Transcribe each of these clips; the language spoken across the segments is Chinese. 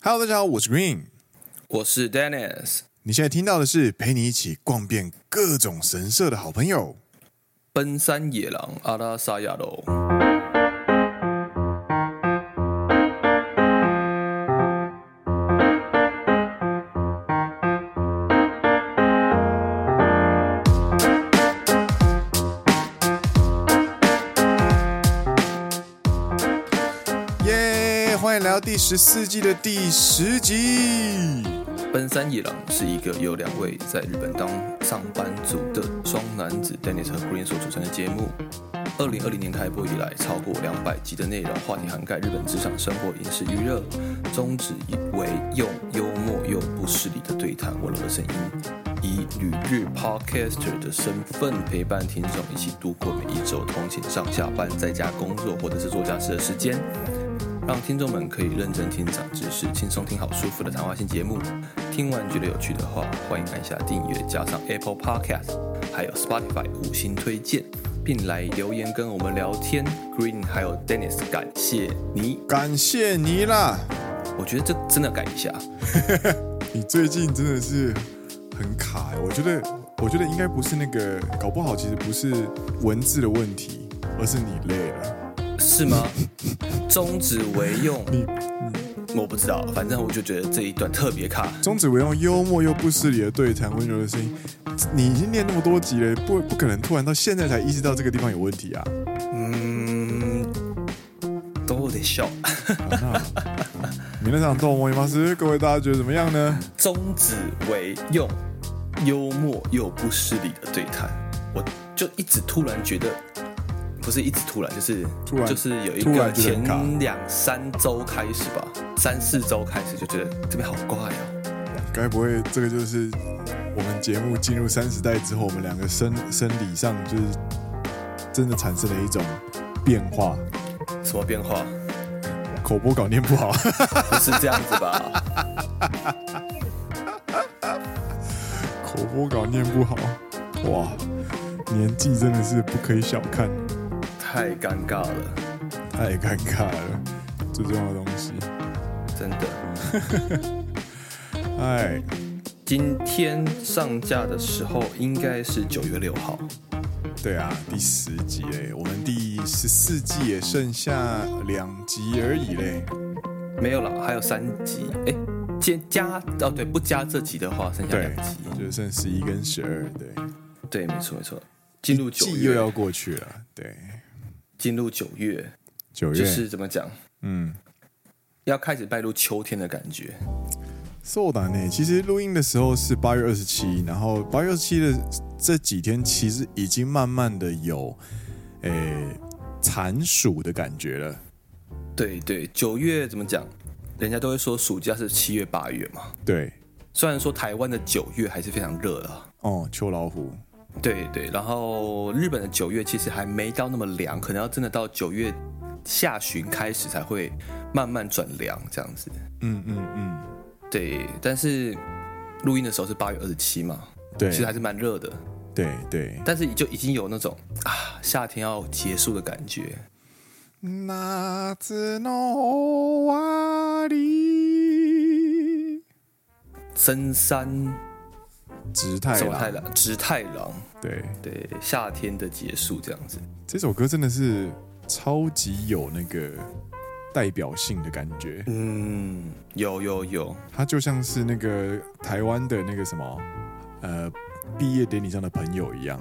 Hello，大家好，我是 Green。我是 Dennis。你现在听到的是陪你一起逛遍各种神社的好朋友。奔山野狼阿拉萨亚罗，耶、欢迎来到第十四季的第十集。奔山野狼是一个由两位在日本当上班族的双男子 Dennis 和 Green 所组成的节目。二零二零年开播以来，超过两百集的内容，话题涵盖日本职场生活、饮食、娱乐，宗旨为用幽默又不失礼的对谈，温柔的声音，以旅日 Podcaster 的身份陪伴听众一起度过每一周通勤上下班、在家工作或者是做家事的时间。让听众们可以认真听长知识，轻松听好舒服的谈话性节目。听完觉得有趣的话，欢迎按下订阅，加上 Apple Podcast，还有 Spotify 五星推荐，并来留言跟我们聊天。Green 还有 Dennis，感谢你！感谢你啦，我觉得这真的改一下，你最近真的是很卡、欸，我觉得，我觉得应该不是那个，搞不好其实不是文字的问题，而是你累了。是吗？终止为用，你我不知道，反正我就觉得这一段特别卡。终止为用幽默又不失礼的对谈，温柔的声音。你已经练那么多集了，不不可能突然到现在才意识到这个地方有问题啊！嗯，都得笑。皆さんどう思います？各位大家觉得怎么样呢？宗旨为用幽默又不失礼的对谈，我就一直突然觉得，不是一直突然，就是突然就是有一突个然觉得很卡前两三周开始吧，三四周开始就觉得这边好怪哦，该不会这个就是我们节目进入三十代之后，我们两个生生理上就是真的产生了一种变化？什么变化？口播稿念不好， 不是这样子吧？口播稿念不好，哇，年纪真的是不可以小看，太尴尬了，太尴尬了，最重要的东西。真的。哎，今天上架的时候应该是九月六号，对啊，第十集嘞，我们第十四季也剩下两集而已嘞。没有了，还有三集，哎，加加哦对，不加这集的话剩下对两集，，就剩十一跟十二，对，对，没错没错，进入一九季又月，要过去了，对，进入九月，九月，就是怎么讲，嗯，要开始迈入秋天的感觉。そうだね。其实录音的时候是八月二十七，然后八月二十七的这几天，其实已经慢慢的有，诶、残暑的感觉了。对对，九月怎么讲，人家都会说暑假是七月八月嘛。对，虽然说台湾的九月还是非常热了，哦，秋老虎，对对，然后日本的九月其实还没到那么凉，可能要真的到九月下旬开始才会慢慢转凉这样子。嗯嗯嗯，对，但是录音的时候是八月二十七嘛，对，其实还是蛮热的，对对。但是就已经有那种啊夏天要结束的感觉。夏の終わり，深山直太什么太郎，郎，直太郎，对，对，夏天的结束这样子。这首歌真的是超级有那个代表性的感觉。嗯，有 有有，它就像是那个台湾的那个什么，呃，毕业典礼上的朋友一样。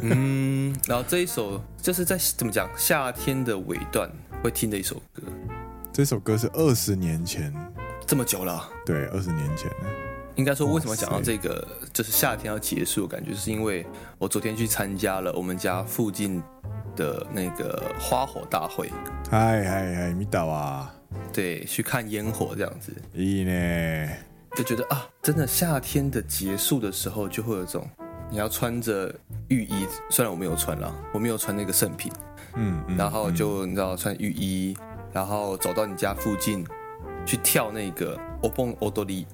嗯，然后这一首就是在怎么讲，夏天的尾段会听的一首歌，这首歌是二十年前，这么久了啊。对，二十年前，应该说，为什么讲到哇这个，就是夏天要结束的感觉，就是因为我昨天去参加了我们家附近的那个花火大会，嗨嗨嗨，米达哇，对，去看烟火这样子，いいね，就觉得啊，真的夏天的结束的时候，就会有这种你要穿着浴衣，虽然我没有穿啦，我没有穿那个圣品，嗯嗯，然后就你知道穿浴衣，然后走到你家附近去跳那个欧蹦欧多利，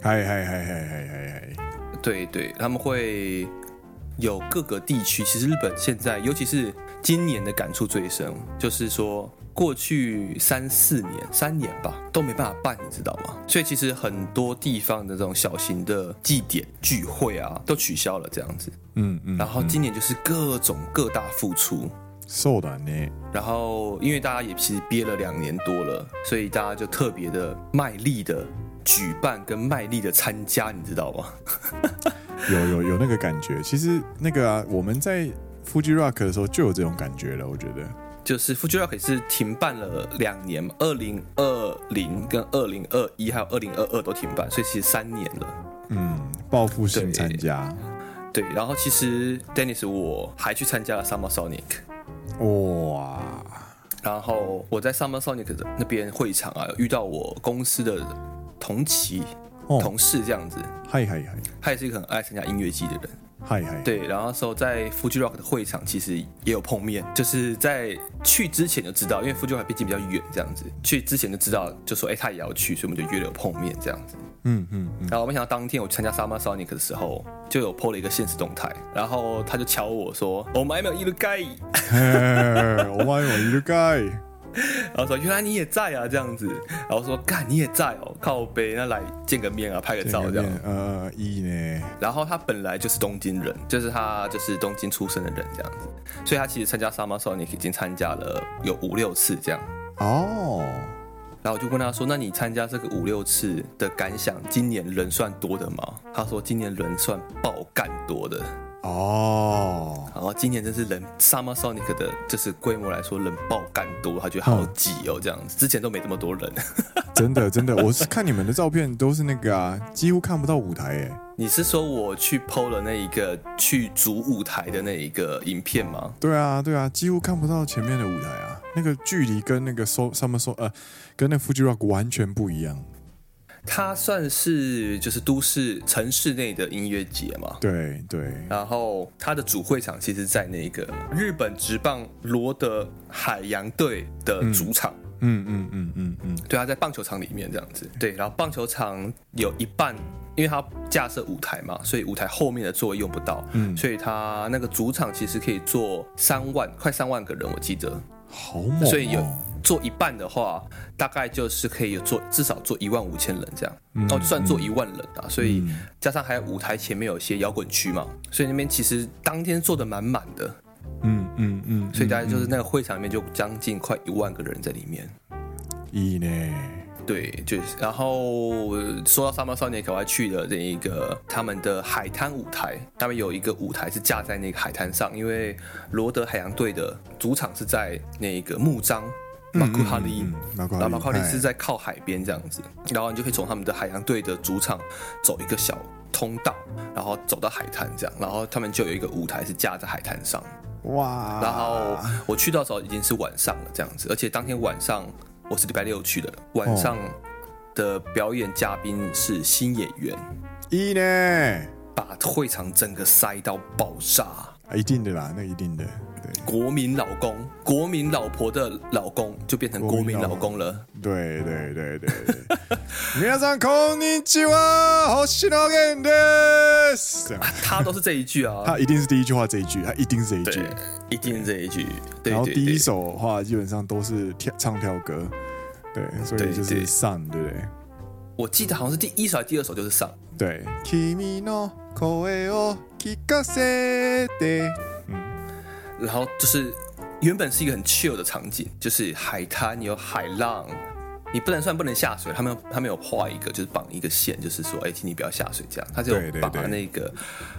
嗨嗨嗨嗨嗨嗨嗨，对对，他们会有各个地区。其实日本现在，尤其是今年的感触最深，就是说过去三四年、三年吧都没办法办，你知道吗？所以其实很多地方的这种小型的祭典聚会啊，都取消了这样子。嗯嗯，然后今年就是各种各大付出，そうだね。然后因为大家也其实憋了两年多了，所以大家就特别的卖力的举办跟卖力的参加，你知道吗？有有有那个感觉。其实那个啊，我们在 Fuji Rock 的时候就有这种感觉了，我觉得。就是 Fuji Rock 也是停办了两年嘛，二零二零跟二零二一还有二零二二都停办，所以其实三年了。嗯，报复性参加。对，然后其实 Dennis 我还去参加了 Summer Sonic，哇，然后我在 Summer Sonic 的那边会场啊，有遇到我公司的同期、哦同事这样子，嗨嗨嗨他也是一个很爱参加音乐季的人。嗨嗨，对，然后那时候在 Fuji Rock 的会场其实也有碰面，就是在去之前就知道，因为 Fuji Rock 毕竟比较远，这样子，去之前就知道，就说哎、他也要去，所以我们就约了碰面这样子。嗯嗯嗯，然后我没想到当天我参加 Summer Sonic 的时候，就有 PO 了一个现实动态，然后他就敲我说我们还没有一路盖，嘿，我爱我一个 guy， 然后说原来你也在啊这样子，然后说干你也在哦，靠北那来见个面啊，拍个照这样。呃，一呢，然后他本来就是东京人，就是他就是东京出生的人这样子，所以他其实参加 Summer Sonic 已经参加了有五六次这样。哦，然后我就问他说：“那你参加这个五六次的感想，今年人算多的吗？”他说：“今年人算爆干多的。哦，然后今年真是人 Summer Sonic 的，就是规模来说人爆干多，他觉得好挤哦这样子，之前都没这么多人。真的真的，我是看你们的照片都是那个啊，几乎看不到舞台哎。你是说我去 PO 了那一个去主舞台的那一个影片吗？对啊，对啊，几乎看不到前面的舞台啊，那个距离跟那个 So Summer So 呃，跟那 Fuji Rock 完全不一样。它算是就是都市城市内的音乐节嘛。对对，然后它的主会场其实，在那个日本职棒罗德海洋队的主场，嗯嗯嗯嗯嗯，对，它在棒球场里面这样子。对，然后棒球场有一半，因为它架设舞台嘛，所以舞台后面的座位用不到，嗯，所以它那个主场其实可以坐三万，快三万个人，我记得。好猛、哦！所以有做一半的话，大概就是可以有做至少做一万五千人这样，嗯哦，就算做一万人啊，所以加上还有舞台前面有一些摇滚区嘛，所以那边其实当天做的满满的，嗯嗯嗯，所以大概就是那个会场里面就将近快一万个人在里面。一呢，对，就是，然后呃说到 Summer Sonic，我还去了那一个他们的海滩舞台，他们有一个舞台是架在那个海滩上，因为罗德海洋队的主场是在那个木张马库哈利，嗯马库哈利然后马库哈利嗨是在靠海边这样子，然后你就可以从他们的海洋队的主场走一个小通道，然后走到海滩这样，然后他们就有一个舞台是架在海滩上，哇！然后我去到时候已经是晚上了这样子，而且当天晚上我是礼拜六去的，晚上的表演嘉宾是新演员，一呢，把会场整个塞到爆炸。啊一定的啦，那一定的，对国民老公、国民老婆的老公就变成国民老公了。对对对对对。皆さんこんにちは、星野源です。这样他都是这一句啊，他一定是第一句话这一句，他一定是这一句对。，一定是这一句。对然后对第一对首的话，基本上都是跳唱跳歌，对，所以对就是对 Sun，对不对？我记得好像是第一首还是第二首就是上，对。君の声を聞かせて。然后就是原本是一个很 chill 的场景，就是海滩有海浪，你不能算不能下水，他们他们有画一个就是绑一个线，就是说，哎，请你不要下水这样，他就对对把对那个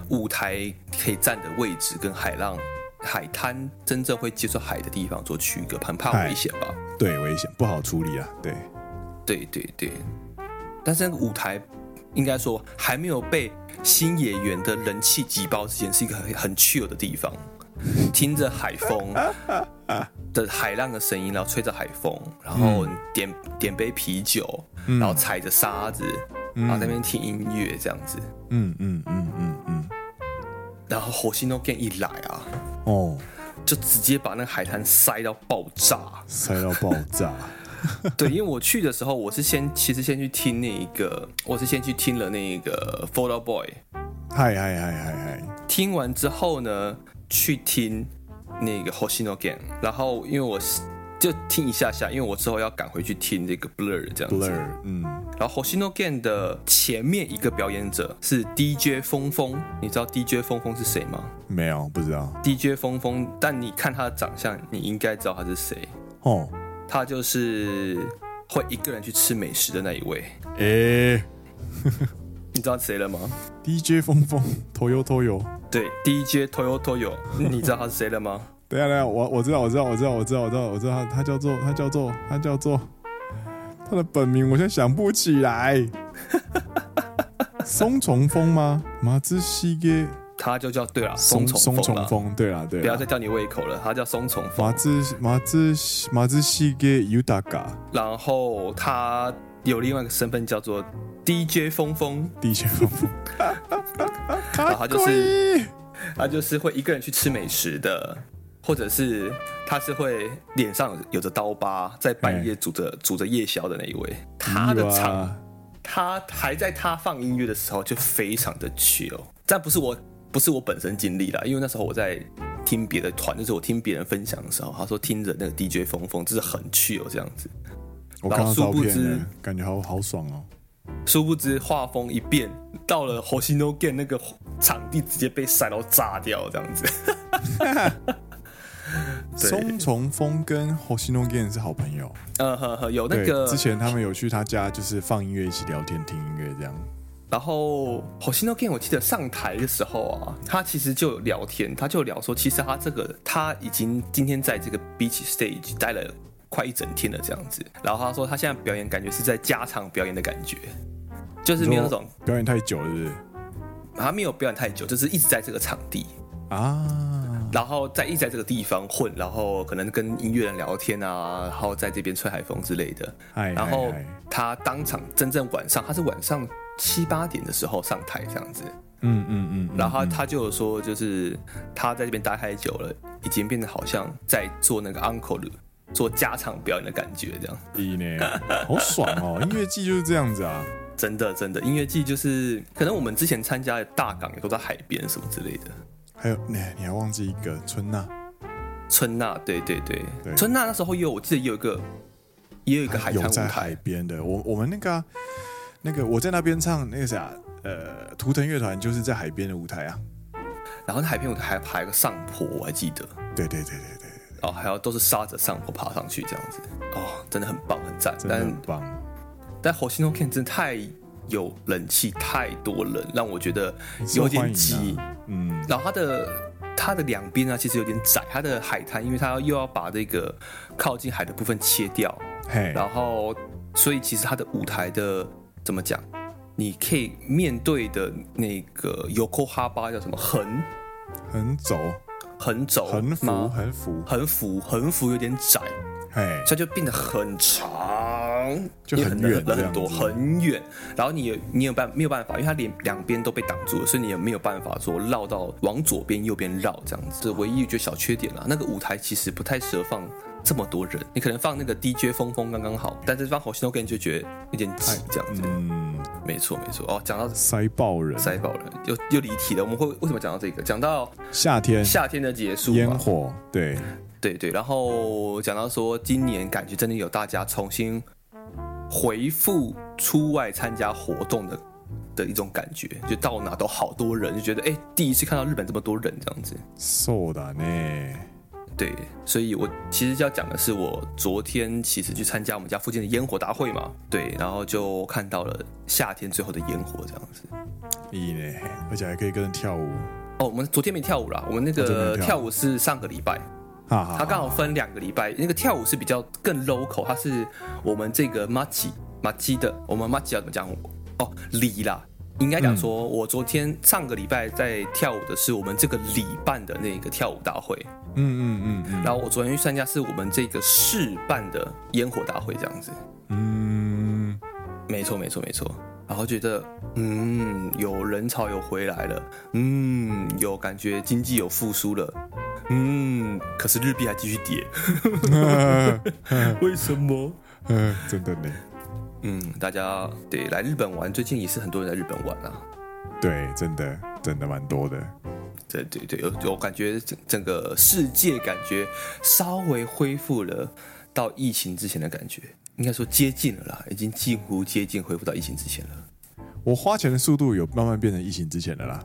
舞台可以站的位置跟海浪。海滩真正会接触海的地方做区隔，很怕嗨危险吧？对，危险，不好处理啊。对，对对对，但是那个舞台应该说还没有被新演员的人气挤爆之前，是一个很很 chill 的地方，听着海风的海浪的声音，然后吹着海风，然后点、点杯啤酒，然后踩着沙子，然后在那边听音乐这样子。嗯嗯嗯嗯嗯，然后火星 no g a 一来啊，哦，就直接把那个海滩塞到爆炸。塞到爆炸。对，因为我去的时候，我是先其实先去听那一个，我是先去听了那个 Photo Boy，嗨嗨嗨嗨嗨，听完之后呢，去听那个 Hoshino Game，然后因为我是就听一下下，因为我之后要赶回去听这个 Blur 这样子。 Blur，嗯，然后 Hoshino Gen 的前面一个表演者是 DJ 峰峰，你知道 DJ 峰峰是谁吗没有，不知道。 ？DJ 峰峰，但你看他的长相，你应该知道他是谁。哦，他就是会一个人去吃美食的那一位，诶、你知道谁了吗？ DJ 峰峰，头油头油。对，DJ Toyo Toyo，你知道他是谁了吗？等一下，等一下，我我知道，我知道，我知道，我知道，我知道，我知道，他他叫做他叫做他叫做他的本名，我现在想不起来。松重峰吗？马之西耶他就叫对了，松松松重峰啊重啦。峰，对啦对不要啦再。吊你胃口了，他叫松重峰。马之马之马之西耶尤达嘎然后他有另外一个身份叫做 DJ 峰峰， DJ 峰峰， 然后他就是他就是会一个人去吃美食的，或者是他是会脸上有有着刀疤，在半夜煮着煮着夜宵的那一位。他的场哇他还在他放音乐的时候就非常的 chill，但不是我不是我本身经历啦，因为那时候我在听别的团，就是我听别人分享的时候，他说听着那个 DJ 峰峰就是很 chill 这样子，我看到殊照不片知了，感觉好好爽哦。殊不知画风一变，到了 Hoshino Gen 那个场地直接被晒到炸掉这样子。 对松重峰跟 Hoshino Gen 是好朋友，呃呵呵，有那对个之前他们有去他家，就是放音乐一起聊天听音乐这样。然后 Hoshino Game，我记得上台的时候啊，他其实就有聊天，他就聊说，其实他这个他已经今天在这个 Beach Stage 待了快一整天了这样子。然后他说他现在表演感觉是在加场表演的感觉，就是没有那种表演太久了，是不是？他没有表演太久，就是一直在这个场地，啊，然后在一直在这个地方混，然后可能跟音乐人聊天啊，然后在这边吹海风之类的。嗨，然后嗨嗨他当场真正晚上，他是晚上七八点的时候上台这样子。嗯嗯嗯嗯，然后他他就有说，就是他在这边待太久了，已经变得好像在做那个 uncle 的做家常表演的感觉，这样。一呢，好爽哦！ 音乐季就是这样子啊，真的真的，音乐季就是可能我们之前参加的大港也都在海边什么之类的。还有你你还忘记一个春娜，春娜，对对对，对春娜那时候也有，我记得也有一个，也有一个海有滩在舞海台，边的，我我们那个啊、那个我在那边唱那个啥，呃，图腾乐团就是在海边的舞台啊，然后那海边舞台还爬个上坡，我还记得，对对对对对，然后还要都是沙着上坡爬上去这样子，哦，真的很棒，很赞。真的但很棒，但火星 Ken 真的太有人气，太多人，让我觉得受有欢点迎啊挤。嗯，然后它的它的两边呢，啊其实有点窄，它的海滩，因为它又要把这个靠近海的部分切掉，嘿，然后所以其实它的舞台的怎么讲，你可以面对的那个 Yokohama 叫什么横横走，横轴横幅，吗？横幅，横幅横幅有点窄，嘿，所以就变得很长，就也很远人人这样很多子很远。然后你也你有办没有办法，因为它连两边都被挡住了，所以你也没有办法说绕到往左边、右边绕这样子。这唯一就小缺点啦，那个舞台其实不太适合放这么多人，你可能放那个 DJ 峰峰刚刚好，但是放火星 o 个人就觉得有点挤这样子。嗯，没错没错，哦，讲到塞爆人，塞爆了，又又离题了。我们会为什么讲到这个？讲到夏天夏天的结束嘛，烟火，对，对对，然后讲到说，今年感觉真的有大家重新回复出外参加活动的的一种感觉，就到哪都好多人，就觉得哎，第一次看到日本这么多人这样子。そうだね。对，所以我其实要讲的是，我昨天其实去参加我们家附近的烟火大会嘛，对，然后就看到了夏天最后的烟火这样子。いいね，而且还可以跟着跳舞，哦，我们昨天没跳舞啦，我们那哦昨天没个跳跳舞是上个礼拜，哈哈。它啊刚好分两个礼拜，那个跳舞是比较更 local，它是我们这个 machi machi 的，我们 machi 要怎么讲？哦，里啦，应该讲说，我昨天上个礼拜在跳舞的是我们这个里办的那个跳舞大会，嗯嗯嗯嗯然后我昨天去参加是我们这个市办的烟火大会，这样子。嗯，没错，没错，没错。然后觉得，嗯，有人潮有回来了，嗯，有感觉经济有复苏了，嗯，可是日币还继续跌，为什么？嗯 真的呢，嗯，大家对来日本玩，最近也是很多人来日本玩啊。对，真的真的蛮多的，对对对，有有感觉整整个世界感觉稍微恢复了到疫情之前的感觉，应该说接近了啦，已经近乎接近恢复到疫情之前了。我花钱的速度有慢慢变成疫情之前的 啦，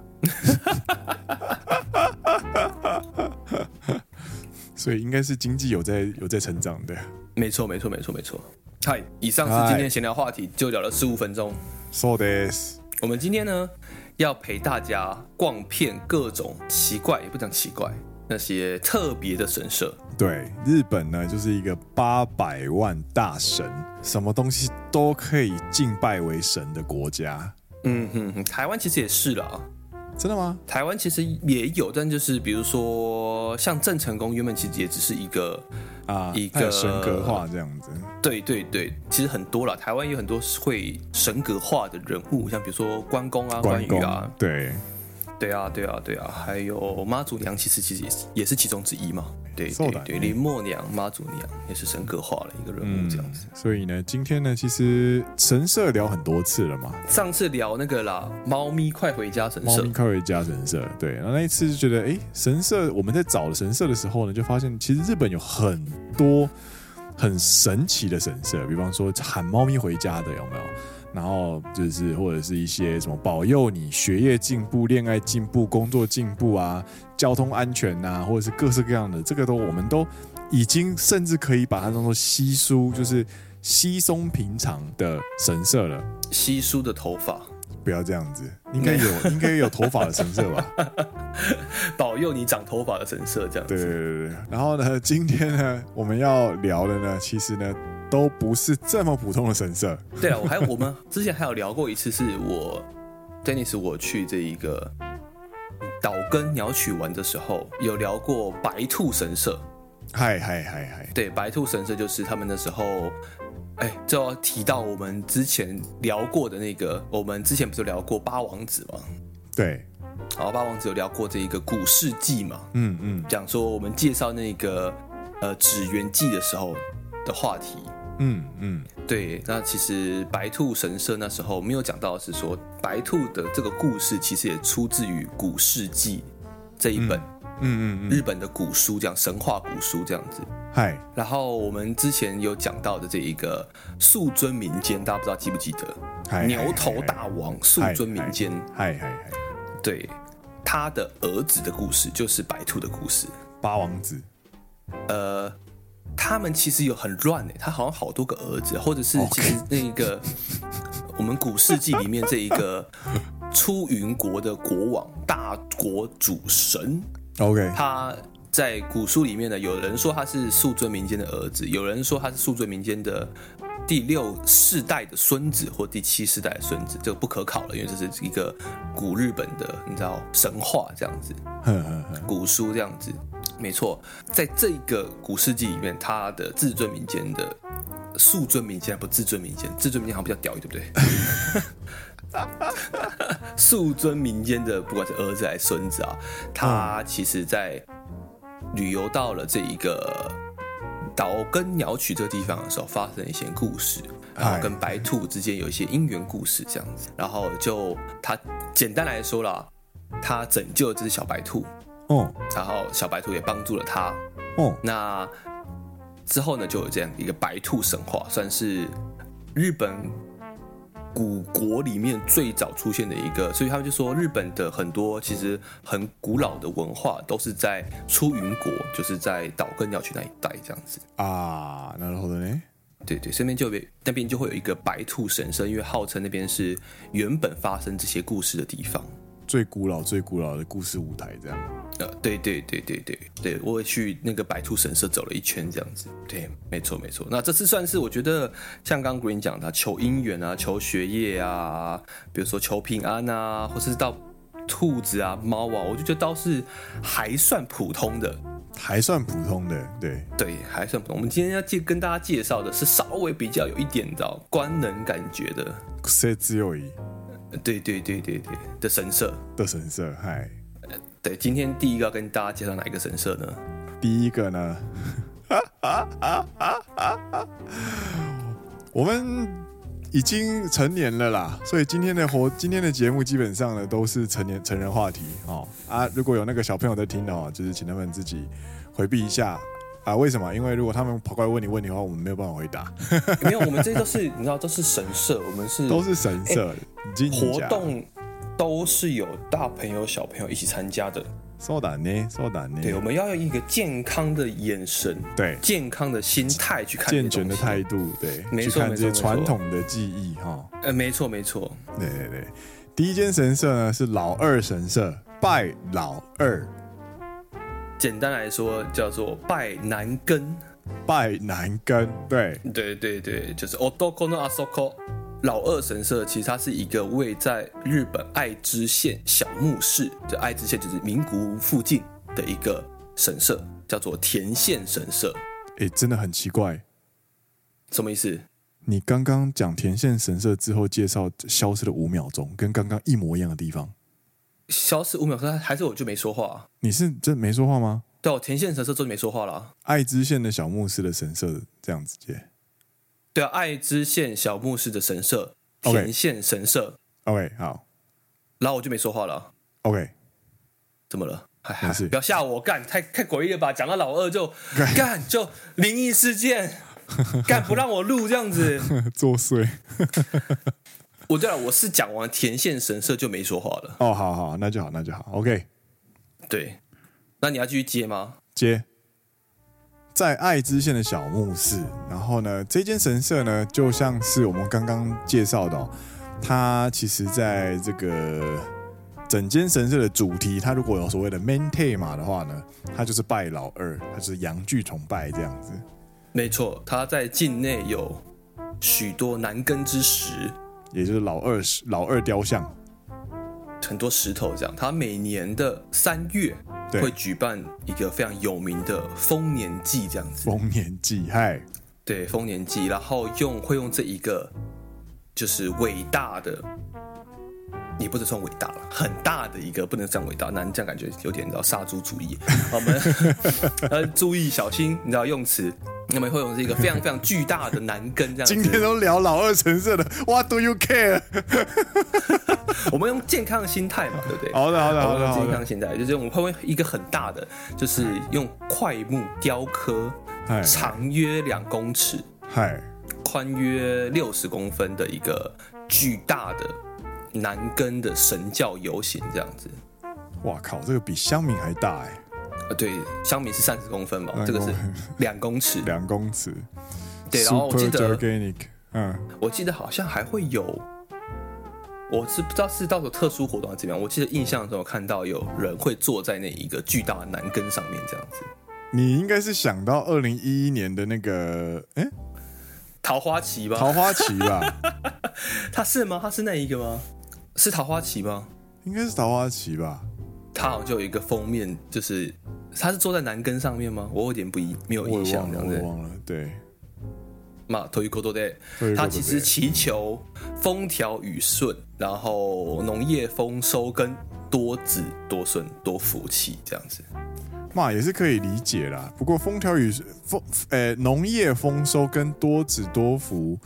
所以应该是经济有在有在成长的。没错，没错，没错，没错。嗨，以上是今天的闲聊话题，就聊了十五分钟。 So this，我们今天呢，要陪大家逛遍各种奇怪，也不讲奇怪，那些特别的神社。对日本呢就是一个八百万大神，什么东西都可以敬拜为神的国家，嗯哼哼，台湾其实也是啦，真的吗？台湾其实也有，但就是比如说像郑成功，原本其实也只是一个，啊，一它有个神格化这样子，对对对，其实很多啦，台湾有很多会神格化的人物，像比如说关公啊、关关羽公啊，对，对啊对啊对啊，还有妈祖娘，其实其实也是也是其中之一嘛，对そう对だね对，林默娘、妈祖娘也是神格化了一个人嗯物这样子。所以呢，今天呢，其实神社聊很多次了嘛，上次聊那个啦，猫咪快回家神猫社咪，科学家神社，对，然后那一次就觉得，哎，神社我们在找神社的时候呢，就发现其实日本有很多很神奇的神社，比方说喊猫咪回家的有没有？然后就是或者是一些什么保佑你学业进步、恋爱进步、工作进步啊、交通安全呐、或者是各式各样的，这个都我们都已经甚至可以把它当做稀疏，就是稀松平常的神社了。稀疏的头发，不要这样子，应该有应该有头发的神社吧？保佑你长头发的神社这样对对子。对对。然后呢，今天呢，我们要聊的呢，其实呢，都不是这么普通的神社。对啊，我还有我们之前还有聊过一次，是我 Dennis 我去这一个岛根鸟取玩的时候，有聊过白兔神社。嗨嗨嗨嗨，对，白兔神社就是他们那时候，哎，就要提到我们之前聊过的那个，我们之前不是聊过八王子吗？对，然后八王子有聊过这一个古世纪嘛，嗯嗯讲说我们介绍那个呃纸鸢记的时候的话题。嗯嗯，对，那其实白兔神社那时候没有讲到，是说白兔的这个故事其实也出自于《古世纪》这一本、嗯嗯嗯，日本的古书，这样神话古书这样子。嗨，然后我们之前有讲到的这一个素尊民间，大家不知道记不记得？嗨，牛头大王素嗨尊民间，嗨，嗨嗨嗨，对他的儿子的故事就是白兔的故事。八王子呃，他们其实有很乱诶、他好像好多个儿子，或者是 OK 其实那一个我们古世纪里面这一个出云国的国王大国主神， ，OK，他在古书里面呢，有人说他是素尊民间的儿子，有人说他是素尊民间的。第六世代的孙子或第七世代的孙子，这个不可考了，因为这是一个古日本的，你知道神话这样子。哼哼哼，古书这样子，没错，在这个古世纪里面，他的至尊民间的素尊民间不是至尊民间，至尊民间好像比较屌一点，对不对？素尊民间的，不管是儿子还是孙子啊，他其实在旅游到了这一个岛根鸟取这个地方的时候，发生了一些故事，然后跟白兔之间有一些因缘故事这样子，然后就他简单来说啦，他拯救了这只小白兔，哦然后小白兔也帮助了他。哦，那之后呢，就有这样一个白兔神话，算是日本古国里面最早出现的一个，所以他们就说日本的很多其实很古老的文化都是在出云国，就是在岛根鸟取那一带这样子。啊，那然后呢？对对，身边就有那边就会有一个白兔神社，因为号称那边是原本发生这些故事的地方。最古老最古老的故事舞台这样，呃，对对对对对对，我也去那个白兔神社走了一圈，这样子。对，没错没错。那这次算是我觉得，像刚 Green 讲的啊，求姻缘啊，求学业啊，比如说求平安啊，或是到兔子啊、猫啊，我就觉得倒是还算普通的。还算普通的，对，对，还算普通。我们今天要介跟大家介绍的是稍微比较有一点的官能感觉的，谁只有一呃对对对对对的神社。的神社，嗨，对，今天第一个要跟大家介绍哪一个神社呢？第一个呢， 我们已经成年了啦，所以今天的活今天的节目基本上呢都是成年成人话题哦啊，如果有那个小朋友在听的哦，就是请他们自己回避一下啊，为什么？因为如果他们跑过来问你问题的话，我们没有办法回答，没有，我们这都是你知道，都是神社，我们是都是神社、金鱼嗯哎活家。动都是有大朋友小朋友一起参加的。そうだね，そうだね。对，我们要用一个健康的眼神、对健康的心态去看这健全的东西态度，对，没去错看没这些错没错传统的技艺哈。呃，没错没错，对对对，第一间神社呢是老二神社，拜老二，简单来说叫做拜男根。拜男根，对，对对对，就是 Odoko no Asoko。老二神社其实它是一个位在日本爱知县小牧市，这爱知县就是名古屋附近的一个神社，叫做田县神社。诶，真的很奇怪。什么意思？你刚刚讲田县神社之后，介绍消失了五秒钟，跟刚刚一模一样的地方。消失五秒，钟，还是我就没说话、啊？你是真没说话吗？对、啊，我田县神社之后就没说话了啊、爱知县的小牧师的神社这样子接。对啊，爱知县小牧市的神社， OK 田县神社， OK，好然后我就没说话了啊、 ，OK，怎么了？哎没事不要吓我，干太太诡异了吧？讲到老二就 干就灵异 事件，干不让我录这样子。作祟。我对了，啊我是讲完田县神社就没说话了。哦，好好，那就好，那就好。OK，对，那你要继续接吗？接。在爱知县的小牧寺，然后呢，这间神社呢，就像是我们刚刚介绍的、哦，它其实在这个整间神社的主题，它如果有所谓的 main theme 的话呢，它就是拜老二，它就是洋具崇拜这样子。没错，他在境内有许多男根之石，也就是老二石老二雕像，很多石头这样。他每年的三月对会举办一个非常有名的丰年祭，这样子。丰年祭，嗨，对，丰年祭，然后用会用这一个就是伟大的，也不能算伟大了，很大的一个，不能算伟大，那你这样感觉有点你知道杀猪 主义。我们 呃注意小心，你知道用词，那么会用这个非常非常巨大的男根这样今天子。都聊老二神社的，What do you care？我们用健康的心态嘛，对不对？啊好的，好的，我好们的，用好健的康，心态，就是我们会用一个很大的，就是用块木雕刻，嗨长约两公尺，嗨，宽约六十公分的一个巨大的男根的神教游行这样子。哇靠，这个比香米还大哎，呃，对，香米是三十公分嘛，两这个是公分 两公尺。两公尺对，然后我，Super 记得 Gigantic，嗯，我记得好像还会有，我是不知道是到时候特殊活动还是怎么样。我记得印象中有看到有人会坐在那一个巨大的男根上面这样子。你应该是想到二零一一年的那个，哎，桃花旗吧？桃花旗 吧，他是吗？他是那一个吗？是桃花旗吗？应该是桃花旗吧，他好像就有一个封面，就是他是坐在男根上面吗？我有点不一没有我也印象忘这了，样我子也。忘了，对，嘛，ということでということ，で他其实祈求风调雨顺，然后农业丰收跟多子多孙多福气这样子。嘛也是可以理解啦。不过风调雨风，呃，农业丰收跟多子多福，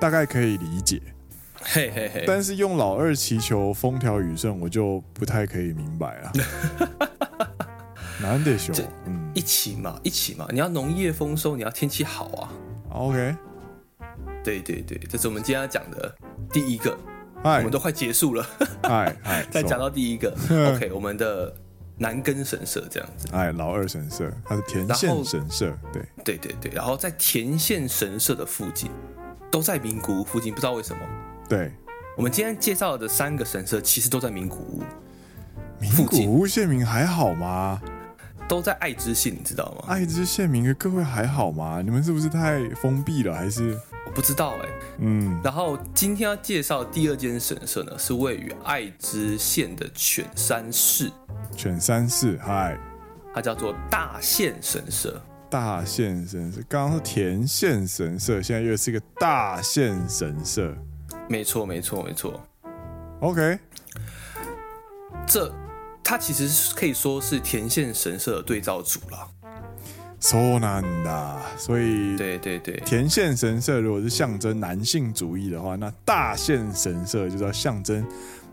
大概可以理解。嘿嘿嘿，但是用老二祈求风调雨顺，我就不太可以明白 了。难得修，嗯一起嘛，一起嘛，你要农业丰收，你要天气好啊。 ，OK，对对对，这是我们今天要讲的第一个，我嗨们都快结束了，嗨嗨，再走讲到第一个，OK，我们的南根神社这样子。哎老二神社，它是田然县后神社，对，对对对，然后在田县神社的附近，都在名古屋附近，不知道为什么。对，我们今天介绍的三个神社，其实都在名古屋，名附古近屋县民还好吗？都在爱知县，你知道吗？爱知县民的各位还好吗？你们是不是太封闭了？还是我不知道哎、嗯，然后今天要介绍第二间神社呢，是位于爱知县的犬山市，犬山市嗨它叫做大县神社。大县神社，刚刚是田县神社，现在又是一个大县神社没错，没错，没错。 ，OK，这它其实是可以说是田县神社的对照组啦。そうなんだ，啊所以对对对，田县神社如果是象征男性主义的话，那大县神社就是要象征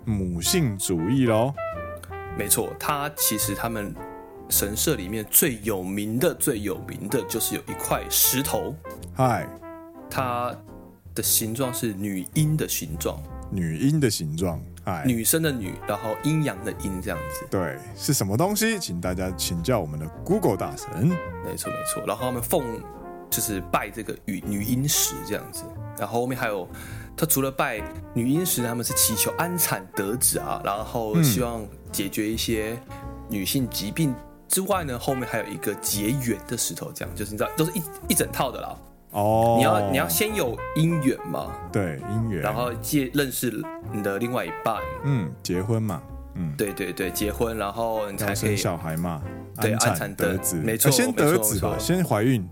母性主义喽。没错，它其实他们神社里面最有名的、最有名的就是有一块石头，嗨，它的形状是女阴的形状，女音的形状，嗨，女生的女，然后阴阳的阴这样子。对，是什么东西？请大家请教我们的 Google 大神。没错没错，然后他们奉就是拜这个女女阴石这样子，然后后面还有他除了拜女阴石，他们是祈求安产得子啊，然后希望解决一些女性疾病之外呢，后面还有一个结缘的石头，这样就是你知道都是一一整套的啦。哦，你要你要先有姻缘嘛，对姻缘，然后借认识你的另外一半，嗯，结婚嘛，嗯，对对对，结婚，然后你才要可生以小孩嘛，对安产产得得子，没错呃先得子没错吧，没错先怀孕，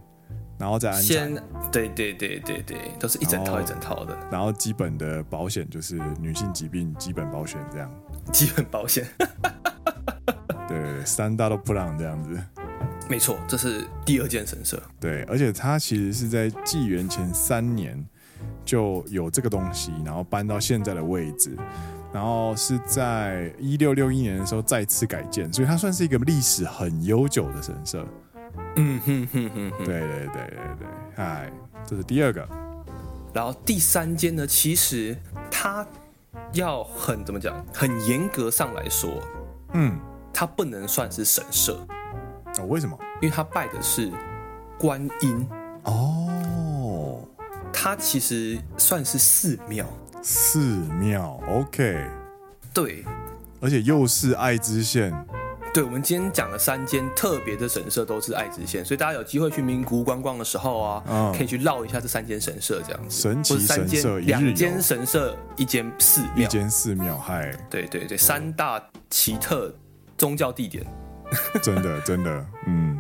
然后再安先产，对对对对对，都是一整套哦一整套的然后基本的保险就是女性疾病基本保险这样，基本保险。对对，对三大都不让这样子。没错，这是第二件神社。对，而且他其实是在纪元前三年就有这个东西，然后搬到现在的位置，然后是在一六六一年的时候再次改建，所以它算是一个历史很悠久的神社。嗯哼哼哼哼。对对对对对，哎，这是第二个，然后第三间呢，其实它要很怎么讲，很严格上来说，嗯，它不能算是神社，哦，为什么？因为它拜的是观音，哦，它其实算是寺庙。寺庙，OK，对，而且又是爱知县，对，我们今天讲的三间特别的神社都是爱知县，所以大家有机会去名古屋观光的时候啊，嗯可以去绕一下这三间神社，这样子，神或奇者三神间社一日两游间，神社，一间寺一庙，间寺庙，嗨，对对对，三大奇特宗教地点。真的真的，嗯，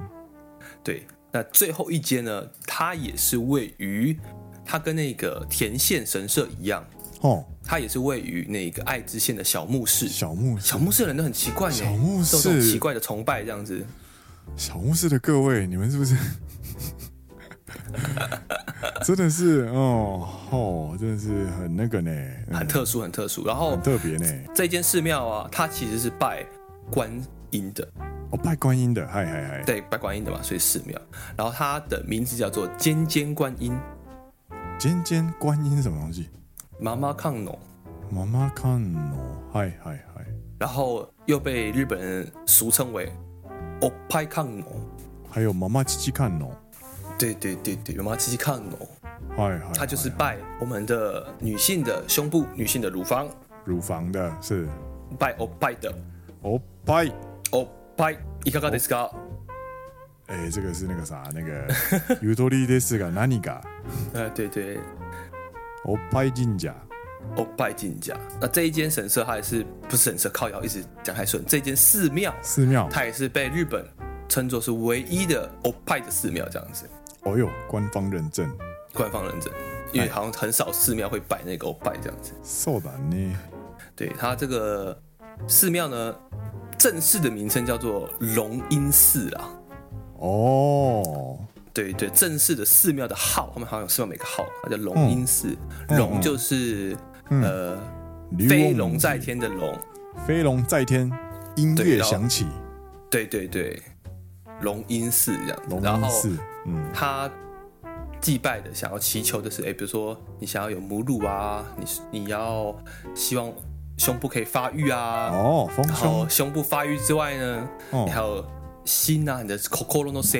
对，那最后一间呢，它也是位于，它跟那个田县神社一样，哦，它也是位于那个爱知县的小牧市。小牧小牧市的人都很奇怪呢，小牧市都有这种奇怪的崇拜这样子。小牧师的各位，你们是不 是真的是哦哦，真的是很那个呢，嗯很特殊，很特殊。然后很特别呢。这间寺庙啊，它其实是拜观音的，哦，拜观音的，嗨嗨嗨，对，拜观音的嘛，所以寺庙。然后它的名字叫做尖尖观音尖尖观音是什么东西？妈妈抗农，妈妈看哦，嗨嗨嗨，然后又被日本人俗称为“欧派抗农”。还有妈妈七七看哦，对对对对，有妈七七看哦，嗨嗨，她就是嗨拜我们的女性的胸部、女性的乳房，乳房的，是拜欧拜的哦拜，欧拜。いかがですか？哎，这个是那个啥，那 个 u t o l i t e s が何か呃，对对，哦拜进甲，欧拜进家。那这一间神社，它也是不是神社靠谣，一直讲太顺。这间寺庙，寺庙，它也是被日本称作是唯一的欧派的寺庙，这样子哦哟，官方认证，官方认证，因为好像很少寺庙会摆那个欧拜这样子。そうだね。对，它这个寺庙呢，正式的名称叫做龙音寺啦。哦，对对，正式的寺庙的号，他们好像有寺庙每个号，它叫龙音寺。嗯龙嗯就是、呃吕飞翁龙在天的龙，飞龙在天，音对乐然后响起，对对对，龙音寺这样子。龙然音后寺，嗯，他祭拜的想要祈求的是，哎，比如说你想要有母乳啊，你是你要希望胸部可以发育啊，哦，丰然后胸，胸部发育之外呢，哦你还有心啊，你的 Kokoro no s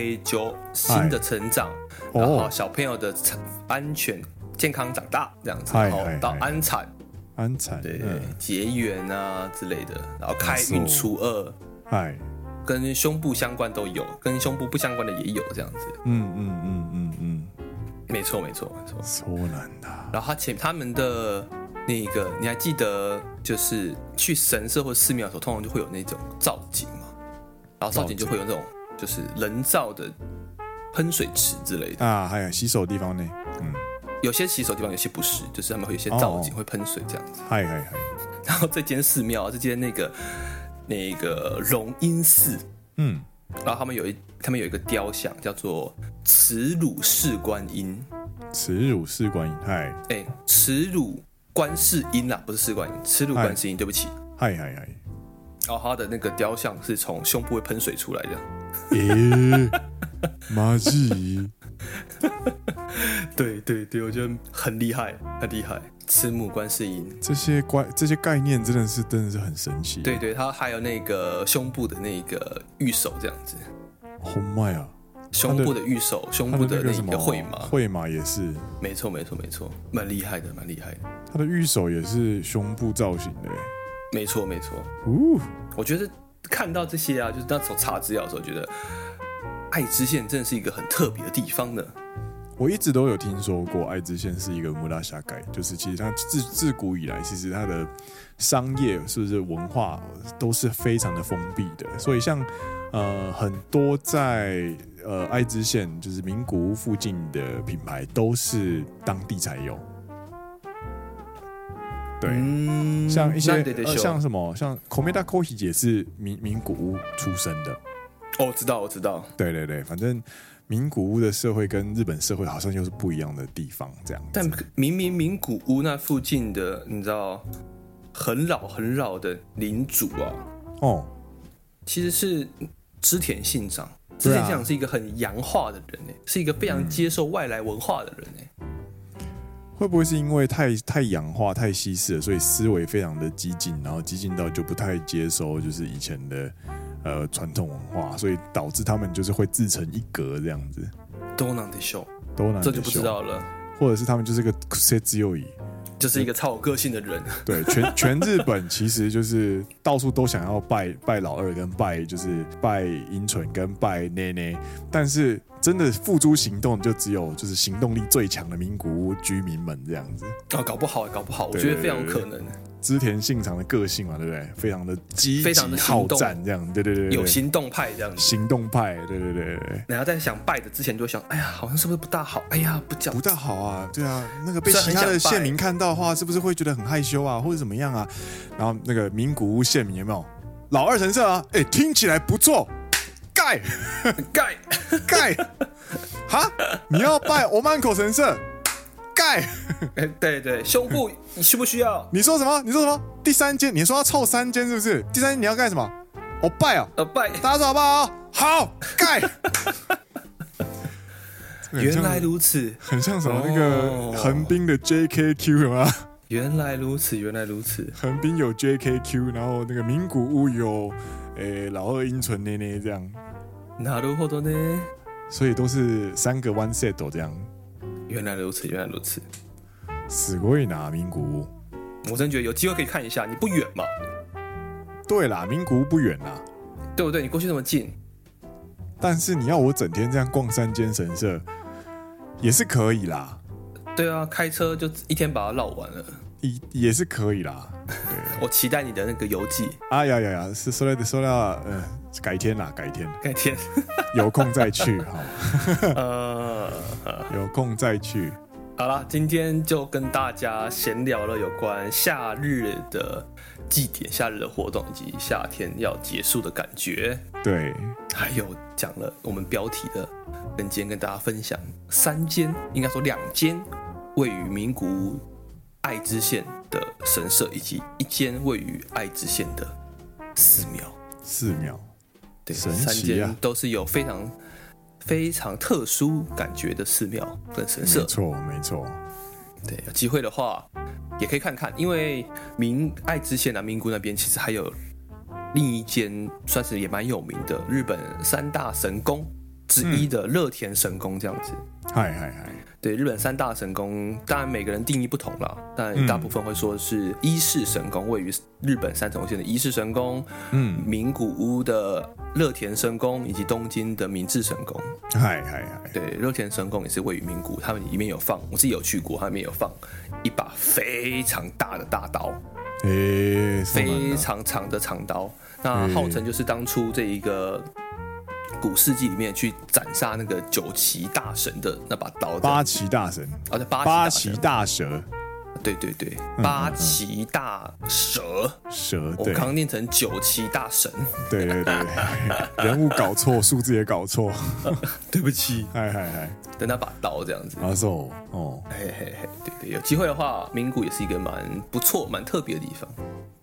心的成长，哦然后小朋友的成安全健康长大这样子，嗨然后嗨到嗨安产，安产，对对对嗯，结缘啊之类的，然后开没运错除二，嗨，跟胸部相关都有，跟胸部不相关的也有这样子，嗯嗯嗯嗯嗯，啊没错没错没错。そうなんだ。然后他前他们的那个，你还记得就是去神社或寺庙的时候，通常就会有那种造景嘛，然后造景就会有那种就是人造的喷水池之类的，啊，还有洗手的地方呢，嗯，有些洗手地方，有些不是，就是他们会有一些造景哦会喷水这样子。嗨嗨嗨，然后这间寺庙，这间那个那个荣音寺，嗯，然后他们有一他们有一个雕像叫做慈乳释观音，耻辱是观音，嗨哎，慈乳观世音啦，不是释观音，慈乳观世音，对不起。嗨嗨嗨， 然后他的那个雕像是从胸部会喷水出来的。诶，马吉， 对对对，我觉得很厉害，很厉害。慈母观世音，这些怪这些概念真的是真的是很神奇。对，对，他还有那个胸部的那个玉手这样子，红麦啊，胸部的玉手，胸他部的的那个什那么个会麻，会马也是，没错没错没错，蛮厉害的，蛮厉害的，他的玉手也是胸部造型的。没错没错。呜，我觉得看到这些啊，就是那时候查资料的时候，觉得爱知县真的是一个很特别的地方呢。我一直都有听说过爱知县是一个穆拉夏盖，就是其实它自自古以来，其实它的商业是不是文化都是非常的封闭的，所以像呃很多在呃爱知县就是名古屋附近的品牌都是当地才有。对，嗯像一些、对对呃像什么像 Komeda Kohi 也是名名古屋出生的，哦，我知道我知道，对对对，反正名古屋的社会跟日本社会好像又是不一样的地方，这样子。但明明名古屋那附近的，你知道很老很老的领主啊，哦，其实是织田信长。织对啊嗯田信长是一个很洋化的人呢、欸是一个非常接受外来文化的人欸呢、会不会是因为太太洋化、太西式了，所以思维非常的激进，然后激进到就不太接收就是以前的呃传统文化，所以导致他们就是会自成一格这样子，都能得秀，都难这得就不知修，道了，或者是他们就是个 C 只有以就是一个超有个性的人。对，全全日本其实就是到处都想要拜拜老二，跟拜就是拜阴唇，跟拜内内，但是真的付诸行动就只有就是行动力最强的名古屋居民们这样子。啊，搞不好，搞不好，我对觉得非常有对可对能，织田信长的个性嘛，对不对？非常的积极非常地行好动战这样，对对对对对有行动派这样子。行动派，对对对对对。然后在想拜的之前就会想，哎呀，好像是不是不大好？哎呀，不讲不大好啊，对啊，那个被虽然其很他的想拜县民看到的话，是不是会觉得很害羞啊，或者怎么样啊？然后那个名古屋县民有没有老二神社啊？哎，听起来不错，盖盖， 盖， 哈，你要拜我满口神社，盖，哎，对对，胸部你需不需要？你说什么？你说什么？第三间，你说要凑三间是不是？第三间你要盖什么？我、拜啊，呃，拜，大家说好不好？好， 盖。这个很原像来如此，很像什么那个哦横滨的 JKQ 吗？原来如此，原来如此，横滨有 JKQ，然后那个名古屋有诶、老二樱纯捏捏这样，哪路后头呢？所以都是三个 one set 哦这样。原来如此，原来如此，すごいな名古屋。我真觉得有机会可以看一下，你不远嘛，对啦，名古屋不远啦，对不对？你过去那么近，但是你要我整天这样逛三间神社，也是可以啦，对啊，开车就一天把它绕完了。也也是可以啦。我期待你的那个游记，啊呀呀呀，是说的说到，嗯、呃，改天啦，改天改天，有空再去 哈，呃，有空再去。好啦，今天就跟大家闲聊了有关夏日的祭典、夏日的活动以及夏天要结束的感觉，对，还有讲了我们标题的，跟今天跟大家分享三间，应该说两间位于名古屋爱知县的神社，以及一间位于爱知县的寺庙。四秒。对，神三奇啊间都是有非常非常特殊感觉的寺庙跟神社没。错，没错。对，有机会的话也可以看看，因为明爱知县南名古那边其实还有另一间算是也蛮有名的日本三大神宫之嗯一的乐田神宫这样子。嗨嗨嗨，对，日本三大神宫，当然每个人定义不同啦，但嗯大部分会说是伊势神宫，位于日本三重县的伊势神宫，嗯，名古屋的乐田神宫以及东京的明治神宫。嗨嗨嗨，对，热田神宫也是位于名古，他们里面有放，我自己有去过，他们有放一把非常大的大刀，诶，そうなん非だ常长的长刀，那嗯号称就是当初这一个古世纪里面去斩杀那个九旗大神的那把刀子，八旗大神，哦，叫八八旗嗯旗大大蛇，神，对对对，八旗大蛇，蛇，我对刚刚念成九旗大神，对对对对，人物搞错，数字也搞错， 对不起嗨嗨嗨，的那把刀这样子。阿寿，哦，嘿嘿嘿，对对，有机会的话，名古也是一个蛮不错、蛮特别的地方。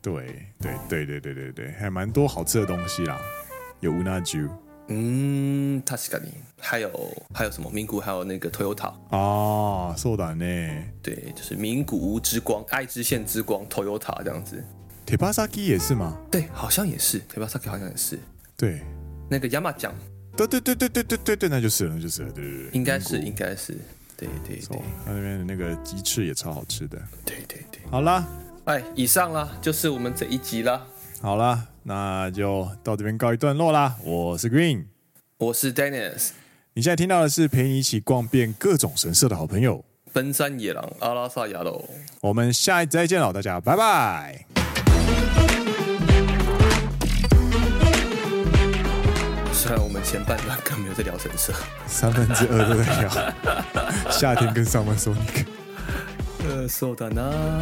对对对对对对对，还蛮多好吃的东西啦，有乌纳酒嗯，確かに。还有还有什么？名古还有那个 Toyota，啊，そうだね。对，就是名古屋之光、爱知县之光 Toyota 这样子。铁巴萨基也是吗？对，好像也是 t e b a s a k i 好像也是对，那个 Yama 奖，对对对对对对对对，那就是了，那就是了，对对对，应该是名应该是，对对古对哦，他那边的那个鸡翅也超好吃的。对对对。好啦，哎，以上啦，就是我们这一集啦。好啦，那就到这边告一段落啦。我是 Green，我是 Dennis，你现在听到的是陪你一起逛遍各种神社的好朋友。奔山野狼阿拉萨亚喽。我们下一集再见了，大家拜拜。虽然我们前半段更没有在聊神社，三分之二都 在聊夏天跟上班说那个。呃，そうだな。